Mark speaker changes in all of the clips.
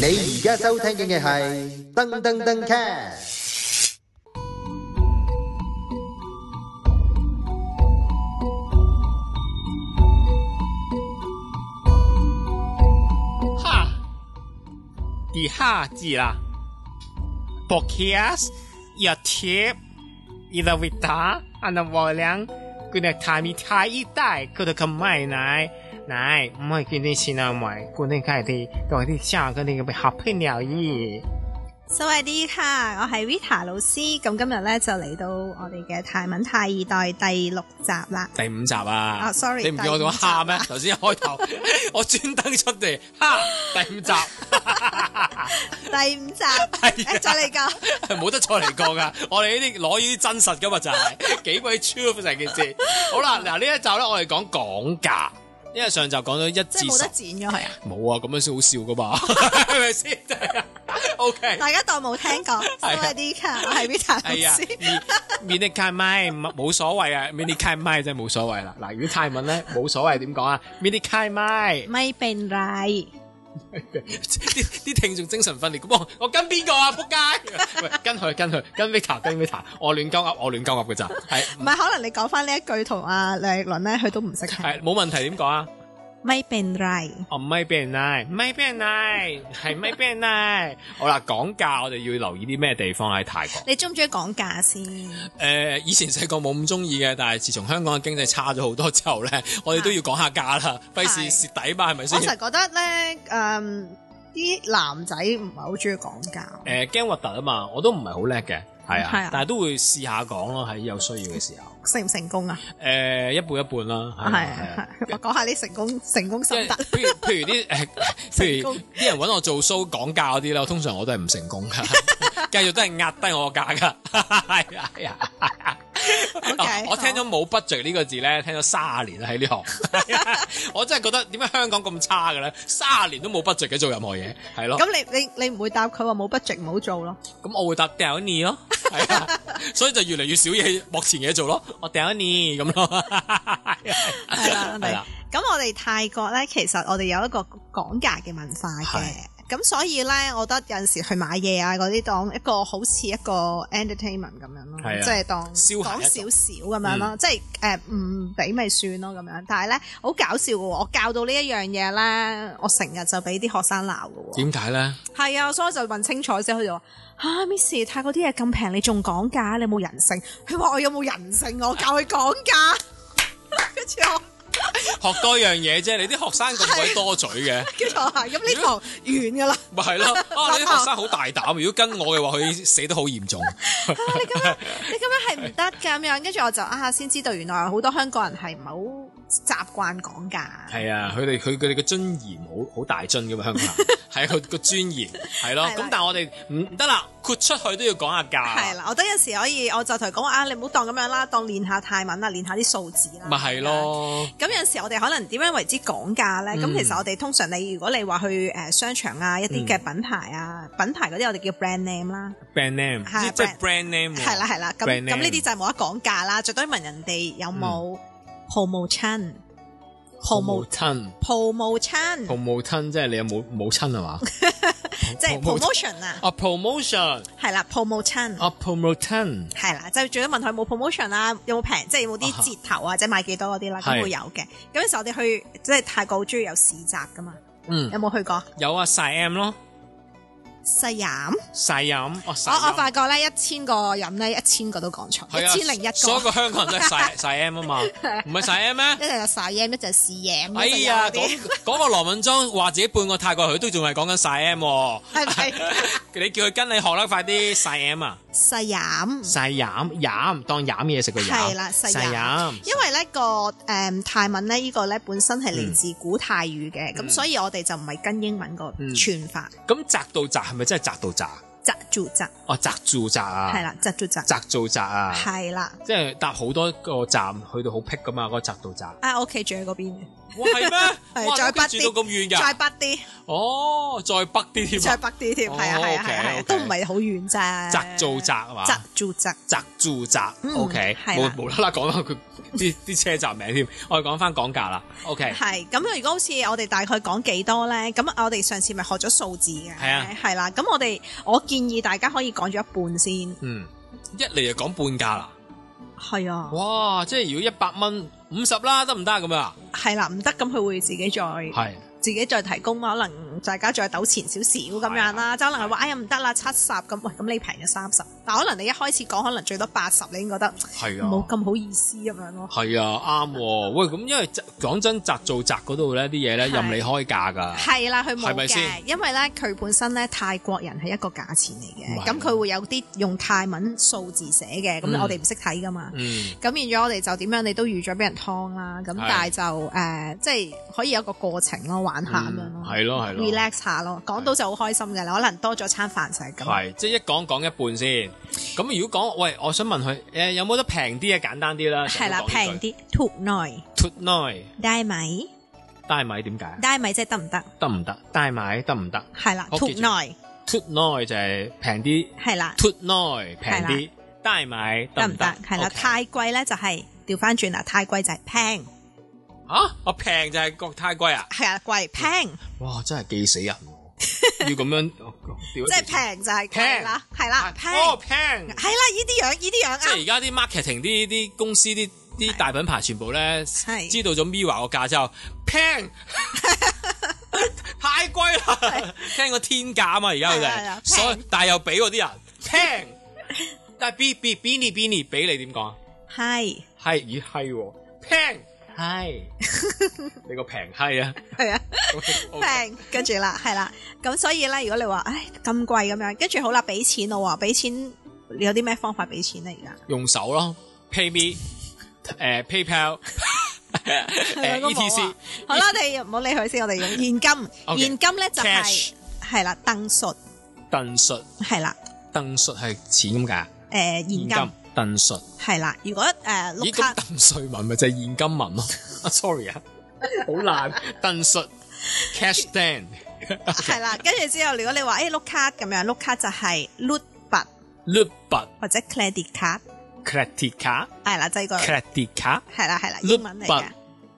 Speaker 1: 你而家收聽嘅係噔噔噔 cast。
Speaker 2: 哈，第下季啦。Podcast 要贴，伊拉维达阿那我俩，佢哋塔米塔一代，佢哋可买奶奶，唔系佢哋先啊买，佢哋佢哋同佢哋下佢哋嘅合拼了咦。
Speaker 3: สวัสดีค่ะ 我係 Vita 老師，咁今日咧就嚟到我哋嘅泰文泰二代第六集啦。
Speaker 2: 第五集啊！
Speaker 3: 啊，sorry，
Speaker 2: 你唔見我
Speaker 3: 第
Speaker 2: 講
Speaker 3: 五集啊
Speaker 2: 蝦咩？頭先一開頭 我專登出嚟蝦第五集，
Speaker 3: 第五 集，
Speaker 2: 係啊
Speaker 3: 誒再嚟個，
Speaker 2: 冇得再嚟過噶。我哋呢啲攞呢啲真實噶嘛，就 係幾鬼 true 成件事。好啦，嗱呢一集咧，我哋講講價，因為上集講咗一
Speaker 3: 即係
Speaker 2: 至
Speaker 3: 冇
Speaker 2: 十
Speaker 3: 得，剪咗佢啊！
Speaker 2: 冇啊，咁樣先好笑噶 嘛，係咪先？O K。
Speaker 3: 大家當冇 聽過。
Speaker 2: 啊
Speaker 3: สวัสดีค่ะ，我係 Vita 老
Speaker 2: 係啊，
Speaker 3: 師。
Speaker 2: 免免你太咪冇所謂啊，免你太咪真係冇所謂啦。嗱，如果泰文咧冇所謂點講啊？免你太咪。
Speaker 3: ไม่เป็นไร
Speaker 2: 啲啲聽眾精神分裂，哇！我跟邊個啊？仆街！ 喂，跟佢，跟佢，跟 Vita，跟 Vita，我亂鳩噏，我亂鳩噏嘅咋，係
Speaker 3: 唔係可能你講翻呢一句同阿梁奕倫咧，佢都唔識聽。
Speaker 2: 係冇問題點講啊？
Speaker 3: ไม่เป็นไร
Speaker 2: 哦，唔係俾人拉，唔係俾人拉，係咪俾人拉？ 好啦，講價我哋要留意啲咩地方喺泰國？
Speaker 3: 你中唔中意講價先？
Speaker 2: 誒、以前細個冇咁中意嘅，但係自從香港嘅經濟差咗好多之 後咧，我哋都要講下價啦，費事
Speaker 3: 係
Speaker 2: 蝕底嘛，係咪
Speaker 3: 我
Speaker 2: 先？
Speaker 3: 成日覺得咧，嗯，啲男仔唔係好中意講價。
Speaker 2: 誒驚核突啊嘛，我都唔係好叻嘅，係
Speaker 3: 係
Speaker 2: 啊
Speaker 3: 啊，
Speaker 2: 但係都會試下講咯，喺有需要嘅時候。
Speaker 3: 成唔成功啊？
Speaker 2: 誒、一半一半啦，係
Speaker 3: 係
Speaker 2: 啊係啊
Speaker 3: 係，我講下啲成功成功
Speaker 2: 即
Speaker 3: 心
Speaker 2: 係
Speaker 3: 得。
Speaker 2: 譬如譬如 啲誒，譬
Speaker 3: 成
Speaker 2: 如
Speaker 3: 功
Speaker 2: 啲人揾我做 show 講價嗰啲咧，我通常我都係唔成功 噶，繼續都係壓低我個價噶，係啊係啊。哦
Speaker 3: OK，
Speaker 2: 我聽咗冇 budget 呢個字咧，聽咗卅年啦喺呢 行，我真係覺得點解香港咁差嘅咧？卅年都冇 budget 嘅做任何嘢，係咯。
Speaker 3: 咁你你你唔會答佢話冇 budget 唔好做咯？
Speaker 2: 咁我會答掉你咯，係 啊，所以就越嚟越少嘢幕前嘢做咯，我掉你咁咯，
Speaker 3: 係啦，係
Speaker 2: 係
Speaker 3: 咪
Speaker 2: 啦？
Speaker 3: 咁我哋泰國咧，其實我哋有一個講價嘅文化嘅
Speaker 2: 係。
Speaker 3: 咁所以咧，我覺得有陣時去買嘢啊，嗰啲當一個好似一個 entertainment 咁樣咯
Speaker 2: 係啊，
Speaker 3: 即係當
Speaker 2: 消閒一種
Speaker 3: 講少少咁樣咯，即係誒唔俾咪算咯咁樣。但係咧好搞笑嘅喎，我教到呢一樣嘢咧，我成日就俾啲學生鬧嘅喎。
Speaker 2: 點解咧？
Speaker 3: 係啊，所以我就問清楚先，佢就話：嚇、m i s s 泰國啲嘢咁平，你仲講價？你有冇人性？佢話我有冇人性？我教佢講價， 跟住我
Speaker 2: 學多樣嘢啫，你啲學生咁鬼多嘴嘅，
Speaker 3: 跟住我話：咁呢堂完噶啦，
Speaker 2: 咪係咯？啊，你啲學生好大膽，如果跟我嘅話，佢死得好嚴重。
Speaker 3: 你咁樣係唔得㗎咁樣。跟住我就啊，先知道原來好多香港人係唔係好習慣講價。
Speaker 2: 係啊，佢哋佢佢哋嘅尊嚴好好大樽噶嘛，香港人 係啊，佢個尊嚴係咯。
Speaker 3: 係啦
Speaker 2: 咁但係我哋唔唔得啦，豁出去都要講下
Speaker 3: 係
Speaker 2: 價，
Speaker 3: 啦，我覺得有時可以，我就同佢講話啊，你唔好當咁樣啦，當練下泰文啦，啊練下啲數字啦。
Speaker 2: 咪係咯。
Speaker 3: 咁有陣時我哋可能點樣為之講價咧？咁、
Speaker 2: 嗯
Speaker 3: 其實我哋通常你如果你話去誒商場啊，一啲嘅
Speaker 2: 嗯
Speaker 3: 品牌啊，品牌嗰啲我哋叫 brand name 啦，
Speaker 2: brand name
Speaker 3: 係啊
Speaker 2: 即即係
Speaker 3: brand-
Speaker 2: brand name 喎
Speaker 3: 係啦係啦。咁
Speaker 2: 嗯 brand
Speaker 3: 咁
Speaker 2: name 嗯
Speaker 3: 呢啲就係冇得講價啦，最多問人哋有冇 promotion、promo
Speaker 2: promotion
Speaker 3: promotion，
Speaker 2: promotion 即係你有冇母親係嘛？
Speaker 3: 即係 promotion 啊，
Speaker 2: 啊 promotion
Speaker 3: 係啦 promotion。
Speaker 2: 啊 promotion
Speaker 3: 係啦，就最多問佢有冇 promotion 啦，有冇平，即係有冇
Speaker 2: 啊哈
Speaker 3: 啲折頭啊，或者買幾多嗰啲啦，
Speaker 2: 係
Speaker 3: 咁會有嘅。咁有時我哋去即係泰國好中意有市集噶嘛，
Speaker 2: 嗯
Speaker 3: 有冇去過？
Speaker 2: 有啊晒 M 咯
Speaker 3: 西岩。
Speaker 2: 晒飲哦晒
Speaker 3: 我我
Speaker 2: 飲
Speaker 3: 發覺咧，一千個人咧，一千個都講錯，
Speaker 2: 係
Speaker 3: 一
Speaker 2: 啊
Speaker 3: 千零一
Speaker 2: 所有
Speaker 3: 個，
Speaker 2: 個香港人都係 晒晒 M 啊嘛，唔係晒 M 咩
Speaker 3: 一？陣就晒 M，一陣試 M，
Speaker 2: 哎
Speaker 3: 一
Speaker 2: 呀，
Speaker 3: 陣有
Speaker 2: 講
Speaker 3: 啲
Speaker 2: 講個羅敏莊話自己半個泰國佢都仲係講緊晒 M 喎，
Speaker 3: 係咪
Speaker 2: 你叫佢跟你學啦，快啲晒 M 啊！
Speaker 3: 細飲？
Speaker 2: 晒飲飲當飲嘢食個飲，
Speaker 3: 係啦細
Speaker 2: 晒飲
Speaker 3: 因為呢個誒泰文咧，呢個咧本身係嚟自古泰語嘅，咁所以我哋就唔係跟英文個
Speaker 2: 嗯
Speaker 3: 串法，
Speaker 2: 咁宅到宅係咪真係宅到宅？
Speaker 3: 窒住窒
Speaker 2: 哦，宅住宅啊，
Speaker 3: 係啦，窒住窒
Speaker 2: 宅做宅啊！
Speaker 3: 係啦。
Speaker 2: 即係搭好多個站去到好僻噶嘛，嗰個窄道窄。
Speaker 3: 啊！我屋企住喺嗰邊嘅，
Speaker 2: 哇係咩？
Speaker 3: 係
Speaker 2: 哇，
Speaker 3: 再
Speaker 2: 都
Speaker 3: 北
Speaker 2: 住到咁遠
Speaker 3: 啲，
Speaker 2: 㗎？
Speaker 3: 再北啲，
Speaker 2: 哦，再北啲添
Speaker 3: 再
Speaker 2: 啊，
Speaker 3: 北啲添，
Speaker 2: 哦
Speaker 3: 係啊係啊
Speaker 2: OK，
Speaker 3: 係啊係啊，
Speaker 2: OK
Speaker 3: 都唔係好遠啫。
Speaker 2: 宅做啊宅係嘛？
Speaker 3: 宅住宅。
Speaker 2: 宅住宅
Speaker 3: 嗯
Speaker 2: ，OK，
Speaker 3: 係啦
Speaker 2: 冇無啦啦講到佢 啲啲車站名添，我哋講翻講價啦，OK，
Speaker 3: 係咁，如果好似我哋大概講幾多咧？咁我哋上次咪學咗數字嘅，
Speaker 2: 係啊
Speaker 3: 係啦。咁我哋我建議大家可以講咗一半先，
Speaker 2: 嗯，一嚟就講半價啦，
Speaker 3: 係啊，
Speaker 2: 哇，即係如果一百蚊五十啦，得唔得咁啊？
Speaker 3: 係啦，唔得咁佢會自己再
Speaker 2: 係，
Speaker 3: 自己再提供，可能大家再糾纏少少咁樣啦。就可能係話哎呀唔得啦，七十咁，喂咁你平咗三十，但可能你一開始講可能最多八十，你已經覺得
Speaker 2: 係啊，
Speaker 3: 冇咁好意思咁樣咯。
Speaker 2: 係啊，啱喎，喂，咁因為講真，宅做宅嗰度咧啲嘢咧
Speaker 3: 係
Speaker 2: 任你開價㗎，
Speaker 3: 係啦，佢冇
Speaker 2: 啊係咪
Speaker 3: 嘅，
Speaker 2: 先
Speaker 3: 因為咧佢本身咧泰國人係一個價錢嚟
Speaker 2: 唔
Speaker 3: 嘅，
Speaker 2: 係
Speaker 3: 咁佢會有啲用泰文數字寫嘅，咁
Speaker 2: 嗯
Speaker 3: 我哋唔識睇噶嘛。
Speaker 2: 嗯，
Speaker 3: 咁變咗我哋就點樣，你都預咗俾人劏啦。咁
Speaker 2: 係
Speaker 3: 但係就誒、呃即係可以有一個過程咯，玩下咁樣咯，
Speaker 2: 嗯係咯係咯
Speaker 3: relax 下咯。講到就好開心嘅，可能多咗餐飯就係咁。
Speaker 2: 係，即係一講講一半先，咁如果講，喂，我想問佢，誒有冇得平啲嘅啊簡單啲啦，
Speaker 3: 係啦，平啲 t o o n i
Speaker 2: t o o n i
Speaker 3: 帶米
Speaker 2: 大米點解？啊
Speaker 3: 帶米即係得唔得？
Speaker 2: 得唔得？大米得唔得？
Speaker 3: 係啦
Speaker 2: 好
Speaker 3: t o o
Speaker 2: 記住
Speaker 3: n i
Speaker 2: t o o n i 就係平啲
Speaker 3: 係啦，
Speaker 2: t o o n i 平
Speaker 3: 係
Speaker 2: 啲，大米
Speaker 3: 得
Speaker 2: 得
Speaker 3: 唔
Speaker 2: 唔
Speaker 3: 得
Speaker 2: 得？？
Speaker 3: 係啦，
Speaker 2: OK
Speaker 3: 太貴咧就係調翻轉啦，太貴就係平。
Speaker 2: 啊，我平就係覺太貴啊！
Speaker 3: 係啊，貴平，
Speaker 2: 哇，真係記死人 喎，要咁樣即
Speaker 3: 即係平就啊係貴啦，係啦，平，
Speaker 2: 哦
Speaker 3: 係
Speaker 2: 平，
Speaker 3: 啦，依啲樣依啲 樣啊
Speaker 2: 即係而
Speaker 3: 啱，
Speaker 2: 家啲 marketing 啲啲公司啲啲大品牌全部咧，
Speaker 3: 係
Speaker 2: 知道咗 Miwa 個價之後， 平太貴啦，聽個天價啊嘛，而家佢
Speaker 3: 係啊
Speaker 2: 哋，
Speaker 3: 平
Speaker 2: 所以但係又俾嗰啲人平，但係 B B b i n i b i n i 俾你點講啊？
Speaker 3: 係
Speaker 2: 係咦係喎，平係 你個平係啊，
Speaker 3: 係啊，哦
Speaker 2: OK，
Speaker 3: 平，跟住啦，係啦，咁所以咧，如果你話唉咁貴咁樣，跟住好啦，俾錢咯喎，俾錢你有啲咩方法俾錢咧？而家
Speaker 2: 用手咯，PayMe 誒 PayPal 誒，E
Speaker 3: 係咪咁好
Speaker 2: ETC
Speaker 3: 啊。好啦，你唔好理佢先，我哋用現金，
Speaker 2: OK
Speaker 3: 現金咧就係
Speaker 2: Cash
Speaker 3: 係啦，鄧述
Speaker 2: 鄧述。
Speaker 3: 係啦，
Speaker 2: 鄧述係錢咁解啊？
Speaker 3: 誒現
Speaker 2: 現
Speaker 3: 金
Speaker 2: 金鄧述，
Speaker 3: 係啦，如果誒
Speaker 2: 咦
Speaker 3: 碌
Speaker 2: 咁
Speaker 3: 卡
Speaker 2: 鄧瑞文咪就係現金文咯 啊？Sorry 啊，好難鄧述 cash stand
Speaker 3: 係啦，跟住之後，如果你話誒碌卡咁樣，碌卡就係 loot 拔
Speaker 2: l u b a
Speaker 3: 或者 credit card。
Speaker 2: credit card
Speaker 3: 係啦，就係個
Speaker 2: credit card
Speaker 3: 係啦係啦，
Speaker 2: 碌
Speaker 3: 英文嚟
Speaker 2: 拔
Speaker 3: 嘅，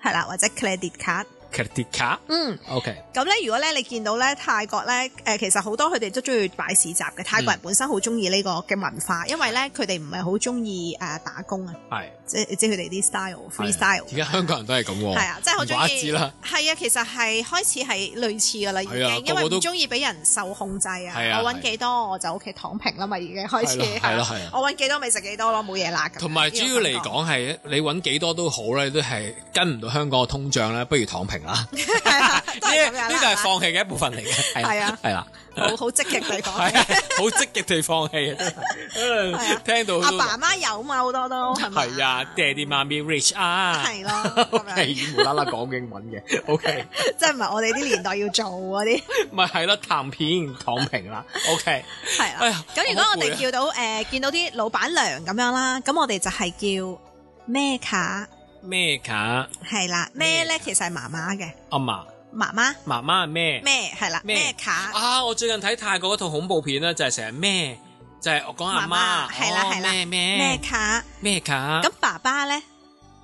Speaker 3: 係啦，或者 credit card。
Speaker 2: credit card
Speaker 3: 嗯，
Speaker 2: OK
Speaker 3: 咁咧，如果咧你見到咧泰國咧，誒其實好多佢哋都中意擺市集嘅，泰
Speaker 2: 嗯
Speaker 3: 國人本身好中意呢個嘅文化，因為咧佢哋唔係好中意誒打工啊，
Speaker 2: 係
Speaker 3: 即係即係佢哋啲 style free
Speaker 2: 係
Speaker 3: style
Speaker 2: 而。家香港人都係咁喎，
Speaker 3: 係啊，即係好
Speaker 2: 唔
Speaker 3: 中
Speaker 2: 怪之
Speaker 3: 意。
Speaker 2: 啦，
Speaker 3: 係啊，其實係開始係類似噶啦，已
Speaker 2: 係啊
Speaker 3: 經，因
Speaker 2: 個
Speaker 3: 為
Speaker 2: 個都
Speaker 3: 唔中意俾人受控制
Speaker 2: 係
Speaker 3: 啊。
Speaker 2: 啊
Speaker 3: 我揾幾多我就屋企躺平啦嘛，已經開始
Speaker 2: 係咯係咯係啊
Speaker 3: 我揾幾多咪食幾多咯，冇嘢啦。咁樣
Speaker 2: 同埋主要嚟
Speaker 3: 呢個感覺
Speaker 2: 講係你揾幾多都好咧，都係跟唔到香港嘅通脹咧，不如躺平啦。呢
Speaker 3: 係啊 都係咁樣啦
Speaker 2: 呢個係放棄嘅一部分嚟嘅，
Speaker 3: 係
Speaker 2: 係
Speaker 3: 啊
Speaker 2: 啦，係啦。
Speaker 3: 好好積極地講
Speaker 2: 係。啊好積極地放棄，
Speaker 3: 係啊
Speaker 2: 聽到
Speaker 3: 阿爸媽有嘛，好多都係咪？
Speaker 2: 係啊，爹哋媽咪 rich 啊，
Speaker 3: 係咯，咁 樣
Speaker 2: 係無啦啦講英文嘅，OK，
Speaker 3: 即係唔係我哋啲年代要做嗰啲
Speaker 2: 咪係咯，談片躺平啦，OK，
Speaker 3: 係
Speaker 2: 哎
Speaker 3: 啦
Speaker 2: 呀。
Speaker 3: 咁如果我
Speaker 2: 好攰
Speaker 3: 哋
Speaker 2: 啊
Speaker 3: 叫到誒見到啲老闆娘咁樣啦，咁我哋就係叫咩卡
Speaker 2: 咩卡？
Speaker 3: 係啦，咩
Speaker 2: 咩
Speaker 3: 咧其實係媽媽嘅
Speaker 2: 阿嫲
Speaker 3: 媽媽
Speaker 2: 媽媽係咩？
Speaker 3: 咩係啦
Speaker 2: 咩
Speaker 3: 咩卡
Speaker 2: 啊！我最近睇泰國嗰套恐怖片咧，就係成日咩，就係我講阿
Speaker 3: 媽媽
Speaker 2: 媽，
Speaker 3: 係啦
Speaker 2: 哦
Speaker 3: 係啦
Speaker 2: 咩
Speaker 3: 咩
Speaker 2: 咩
Speaker 3: 卡，
Speaker 2: 咩卡？
Speaker 3: 咁爸爸咧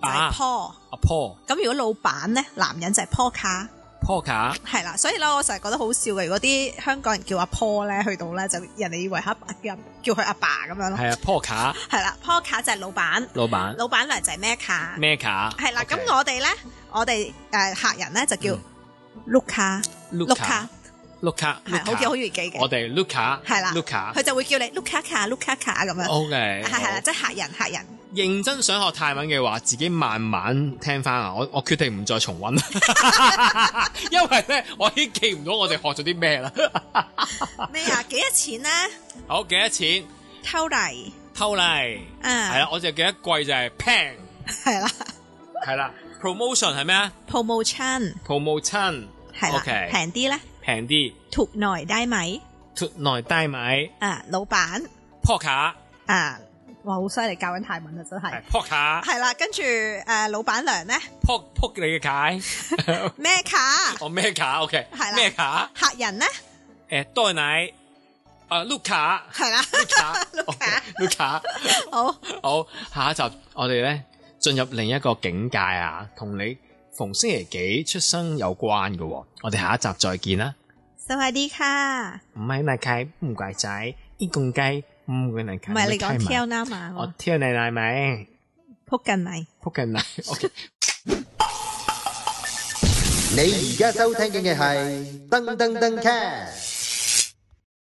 Speaker 3: 就係
Speaker 2: 爸
Speaker 3: 坡。
Speaker 2: 阿婆
Speaker 3: 咁如果老闆咧，男人就係坡卡，
Speaker 2: 婆卡，
Speaker 3: 係啦，所以咧我成日覺得好笑嘅，如果啲香港人叫阿坡咧，去到咧就人哋以為阿爸叫叫佢阿爸咁樣咯。
Speaker 2: 係啊，婆卡
Speaker 3: 係啦，坡卡就係老闆，
Speaker 2: 老闆
Speaker 3: 老闆娘就係咩卡？
Speaker 2: 咩卡？
Speaker 3: 係啦，咁
Speaker 2: OK
Speaker 3: 我哋咧，我哋誒客人咧就叫 look 卡，look 卡
Speaker 2: Luca Luca
Speaker 3: 係好
Speaker 2: Luca
Speaker 3: 記好易記
Speaker 2: 我
Speaker 3: 嘅，
Speaker 2: 哋 Luca
Speaker 3: 係啦
Speaker 2: ，Luca
Speaker 3: 佢就會叫你 look 卡卡 look 卡卡咁樣，
Speaker 2: OK，
Speaker 3: 係係啦，即係客人客人，
Speaker 2: 認真想學泰文嘅話，自己慢慢聽翻啊！我我決定唔再重 温，因為咧我已經記唔到我哋學咗啲咩啦。
Speaker 3: 咩啊？幾多錢咧？
Speaker 2: 好幾多錢？
Speaker 3: 偷嚟
Speaker 2: 偷嚟
Speaker 3: 啊
Speaker 2: 係啦，我就記得貴就係平
Speaker 3: 係啦
Speaker 2: 係啦。promotion 係咩啊
Speaker 3: ，promotion
Speaker 2: ？promotion
Speaker 3: 係啦
Speaker 2: OK
Speaker 3: 平啲咧，
Speaker 2: 平啲，
Speaker 3: 托內低米
Speaker 2: 脱內低米
Speaker 3: 啊，老闆
Speaker 2: ，poker
Speaker 3: 啊，哇好犀利教緊泰文啊，真係。
Speaker 2: 係撲卡
Speaker 3: 係啦，跟住誒老闆娘咧
Speaker 2: 撲撲你嘅 卡，
Speaker 3: 咩卡？
Speaker 2: 我咩卡？OK，
Speaker 3: 係啦
Speaker 2: 咩卡？
Speaker 3: 客人咧
Speaker 2: 誒多奶，啊碌 卡，
Speaker 3: 係啦，
Speaker 2: 碌卡，
Speaker 3: 碌卡
Speaker 2: 碌卡。
Speaker 3: 好
Speaker 2: 好，下一集我哋咧進入另一個境界啊，同你逢星期幾出生有關嘅喎。我哋下一集再見啦。
Speaker 3: 收下啲卡，
Speaker 4: 唔係那開唔怪仔，一公雞唔會那開。
Speaker 3: 唔係你
Speaker 2: 你
Speaker 3: 講
Speaker 2: 睇埋
Speaker 3: tell 啦嘛，
Speaker 4: 我
Speaker 3: 我
Speaker 4: 挑你奶 咪，
Speaker 3: 撲近咪。
Speaker 4: 仆緊奶。OK。
Speaker 1: 你而家收聽嘅係噔噔噔 cast。